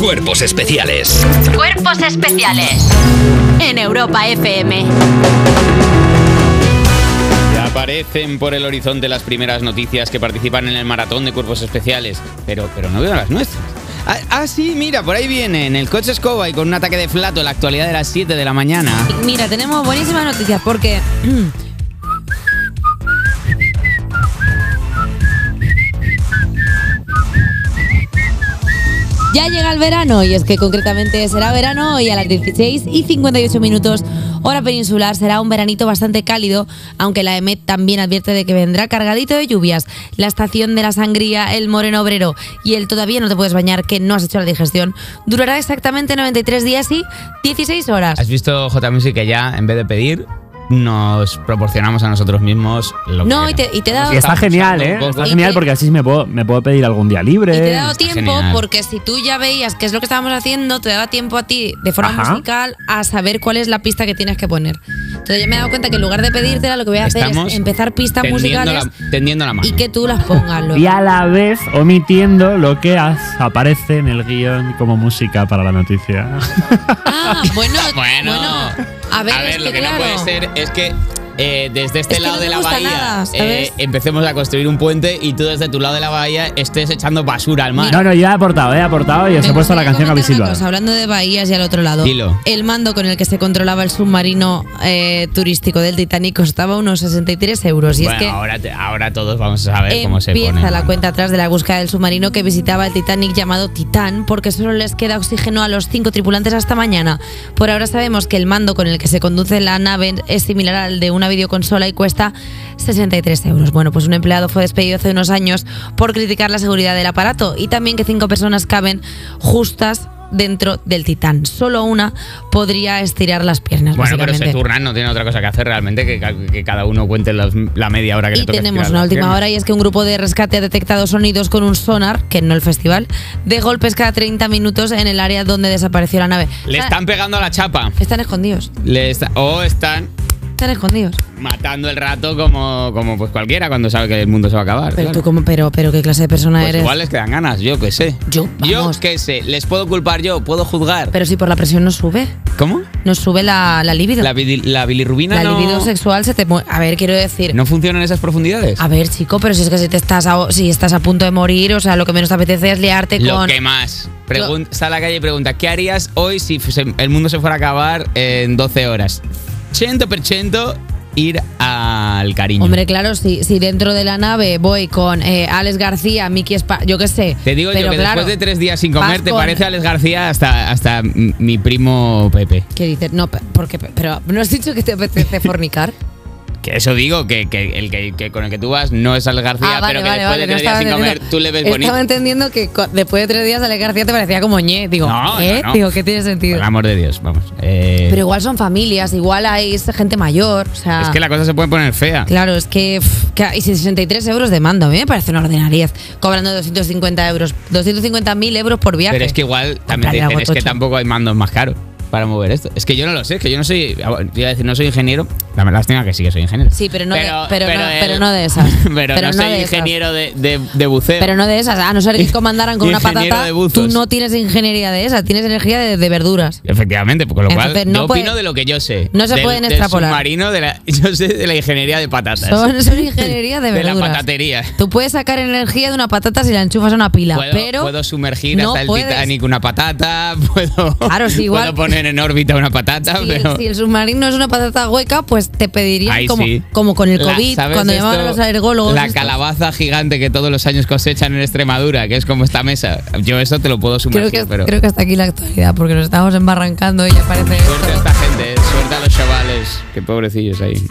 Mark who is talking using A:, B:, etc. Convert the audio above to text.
A: Cuerpos especiales.
B: Cuerpos especiales. En Europa FM.
C: Ya aparecen por el horizonte las primeras noticias que participan en el maratón de cuerpos especiales, pero, pero no veo las nuestras. Ah, ah, sí, mira, por ahí viene, en el coche escoba y con un ataque de flato, la actualidad de las 7 de la mañana.
D: Mira, tenemos buenísimas noticias porque Ya llega el verano y es que concretamente será verano y a las 16 y 58 minutos hora peninsular será un veranito bastante cálido, aunque la EMET también advierte de que vendrá cargadito de lluvias. La estación de la sangría, el moreno obrero y el todavía no te puedes bañar que no has hecho la digestión durará exactamente 93 días y 16 horas.
C: ¿Has visto J Music que ya, en vez de pedir, nos proporcionamos a nosotros mismos lo
D: No,
C: que
D: y te, y te he dado-
E: Y está
C: Estamos
E: genial,
C: usando
E: ¿eh?
C: un poco.
E: Está
D: Ah. Y
E: genial
D: te-
E: porque así me puedo, me puedo pedir algún día libre.
D: Y te he dado
C: Está
D: tiempo
C: genial.
D: porque si tú ya veías qué es lo que estábamos haciendo, te daba tiempo a ti, de forma
E: Ajá.
D: musical, a saber cuál es la pista que tienes que poner. Entonces yo me he dado cuenta que en lugar de pedírtela, lo que voy a hacer
C: Estamos
D: es empezar pistas
C: tendiendo
D: musicales
C: la, tendiendo la mano.
D: y que tú las pongas. luego.
E: Y a la vez omitiendo lo que as- aparece en el guión como música para la noticia.
D: Ah, bueno,
C: Bueno,
D: bueno, A ver, es
C: lo que no
D: claro,
C: puede ser es que eh, desde este
D: Es que
C: lado
D: no
C: de
D: me
C: la
D: gusta
C: bahía
D: nada,
C: eh,
D: ¿sabes?
C: empecemos a construir un puente y tú desde tu lado de la bahía estés echando basura al mar.
E: No, no, yo he aportado, he aportado y os
D: me
E: he puesto la
D: gustaría
E: canción que habéis
D: comentar una
E: silbado.
D: cosa, Hablando de bahías y al otro lado,
C: Dilo.
D: el mando con el que se controlaba el submarino eh, turístico del Titanic costaba unos 63 euros. Y
C: Bueno,
D: es que
C: ahora, te- ahora todos vamos a saber cómo se pone.
D: Empieza la
C: ¿no?
D: cuenta atrás de la búsqueda del submarino que visitaba el Titanic llamado Titán, porque solo les queda oxígeno a los cinco tripulantes hasta mañana. Por ahora sabemos que el mando con el que se conduce la nave es similar al de una videoconsola y cuesta 63 euros. Bueno, pues un empleado fue despedido hace unos años por criticar la seguridad del aparato y también que cinco personas caben justas dentro del Titán. Solo una podría estirar las piernas.
C: Bueno, pero se
D: básicamente.
C: turnan, no tiene otra cosa que hacer realmente que, ca- que cada uno cuente los- la media hora que
D: Y
C: le toca.
D: tenemos
C: estirar
D: una
C: las
D: última
C: piernas.
D: hora y es que un grupo de rescate ha detectado sonidos con un sonar, que no el festival, de golpes cada 30 minutos en el área donde desapareció la nave.
C: Le
D: Ah,
C: están pegando a la chapa.
D: están escondidos,
C: Le está- o están
D: están escondidos.
C: matando el rato como, como pues cualquiera cuando sabe que el mundo se va a acabar.
D: Pero
C: claro.
D: tú como, pero, pero qué clase de persona
C: Pues
D: eres.
C: igual les quedan ganas, yo qué sé.
D: Yo, vamos.
C: Yo qué sé, les puedo culpar yo, puedo juzgar.
D: Pero si por la presión no sube,
C: ¿Cómo?
D: no sube la, la libido.
C: La,
D: La,
C: bili- la bilirrubina no,
D: libido sexual se te mue- A ver, quiero decir.
C: no funciona en esas profundidades.
D: A ver, chico, pero si es que si te estás a, si estás a punto de morir, o sea, lo que menos te apetece es liarte
C: Lo
D: con.
C: que más. Pregun- Sal a la calle y pregunta, ¿qué harías hoy si se- el mundo se fuera a acabar en 12 horas? 100% ir al cariño.
D: Hombre, claro, si, si dentro de la nave voy con eh, Alex García, Miki Spa, yo qué sé.
C: te digo
D: pero
C: yo que
D: claro,
C: después de tres días sin
D: vas
C: comer te
D: con-
C: parece Alex García hasta, hasta m- mi primo Pepe.
D: Que dices, no, pe- porque, pe- pero ¿no has dicho que te apetece fornicar?
C: Que eso digo, que, que el que, que con el que tú vas no es Alex
D: Ah,
C: García, pero que después de tres
D: no
C: días
D: estaba
C: sin comer
D: entendiendo.
C: tú le ves bonito.
D: Estaba entendiendo que co- después de tres días Alex García te parecía como ñe. Digo,
C: No, no,
D: ¿eh?
C: no.
D: Digo, ¿qué tiene sentido?
C: Por el amor de Dios, vamos. Eh,
D: Pero igual son familias, igual hay gente mayor, o sea...
C: es que la cosa se puede poner fea.
D: Claro, es que, pff, que- Y 63 euros de mando, a mí me parece una ordinariez. Cobrando 250 euros, 250.000 euros por viaje.
C: Pero es que igual también
D: Comprarle
C: te dicen,
D: algo
C: es que
D: tocho.
C: tampoco hay mandos más caros para mover esto. Es que yo no lo sé, es que yo no soy. ah, Te iba a decir, no soy ingeniero. La lástima que sí que soy ingeniero.
D: Sí, pero no de- pero no-
C: el-
D: pero no de esas.
C: Pero,
D: Pero
C: no,
D: no
C: soy
D: de esas.
C: ingeniero de, de- de buceo.
D: Pero no de esas, a no ser que comandaran con una
C: Ingeniero
D: patata,
C: de buzos.
D: tú no tienes ingeniería de esas, tienes energía de, de verduras.
C: Efectivamente, con lo cual,
D: Entonces, no
C: yo
D: puede-
C: opino de lo que yo sé.
D: no se
C: Del-
D: pueden
C: del
D: extrapolar.
C: submarino, de la, yo sé de la ingeniería de patatas.
D: Son, son ingeniería de
C: De la
D: verduras.
C: patatería.
D: Tú puedes sacar energía de una patata si la enchufas a una pila,
C: Puedo,
D: pero
C: puedo sumergir
D: no
C: hasta el
D: puedes.
C: Titanic una patata, puedo,
D: Claro, sí, igual-
C: puedo poner en órbita una patata,
D: si,
C: pero...
D: el, si el submarino es una patata hueca, pues te pedirían
C: Ahí
D: como,
C: sí.
D: como con el
C: La-
D: COVID,
C: ¿sabes
D: cuando
C: esto?
D: llamaban a los alergólogos.
C: La
D: estos.
C: calabaza gigante que todos los años cosechan en Extremadura, que es como esta mesa. Yo eso te lo puedo
D: Creo
C: sumergir,
D: que,
C: pero.
D: creo que hasta aquí la actualidad, porque nos estamos embarrancando y aparece
C: Suerte a esta gente, eh, suerte a los chavales. Qué pobrecillos ahí.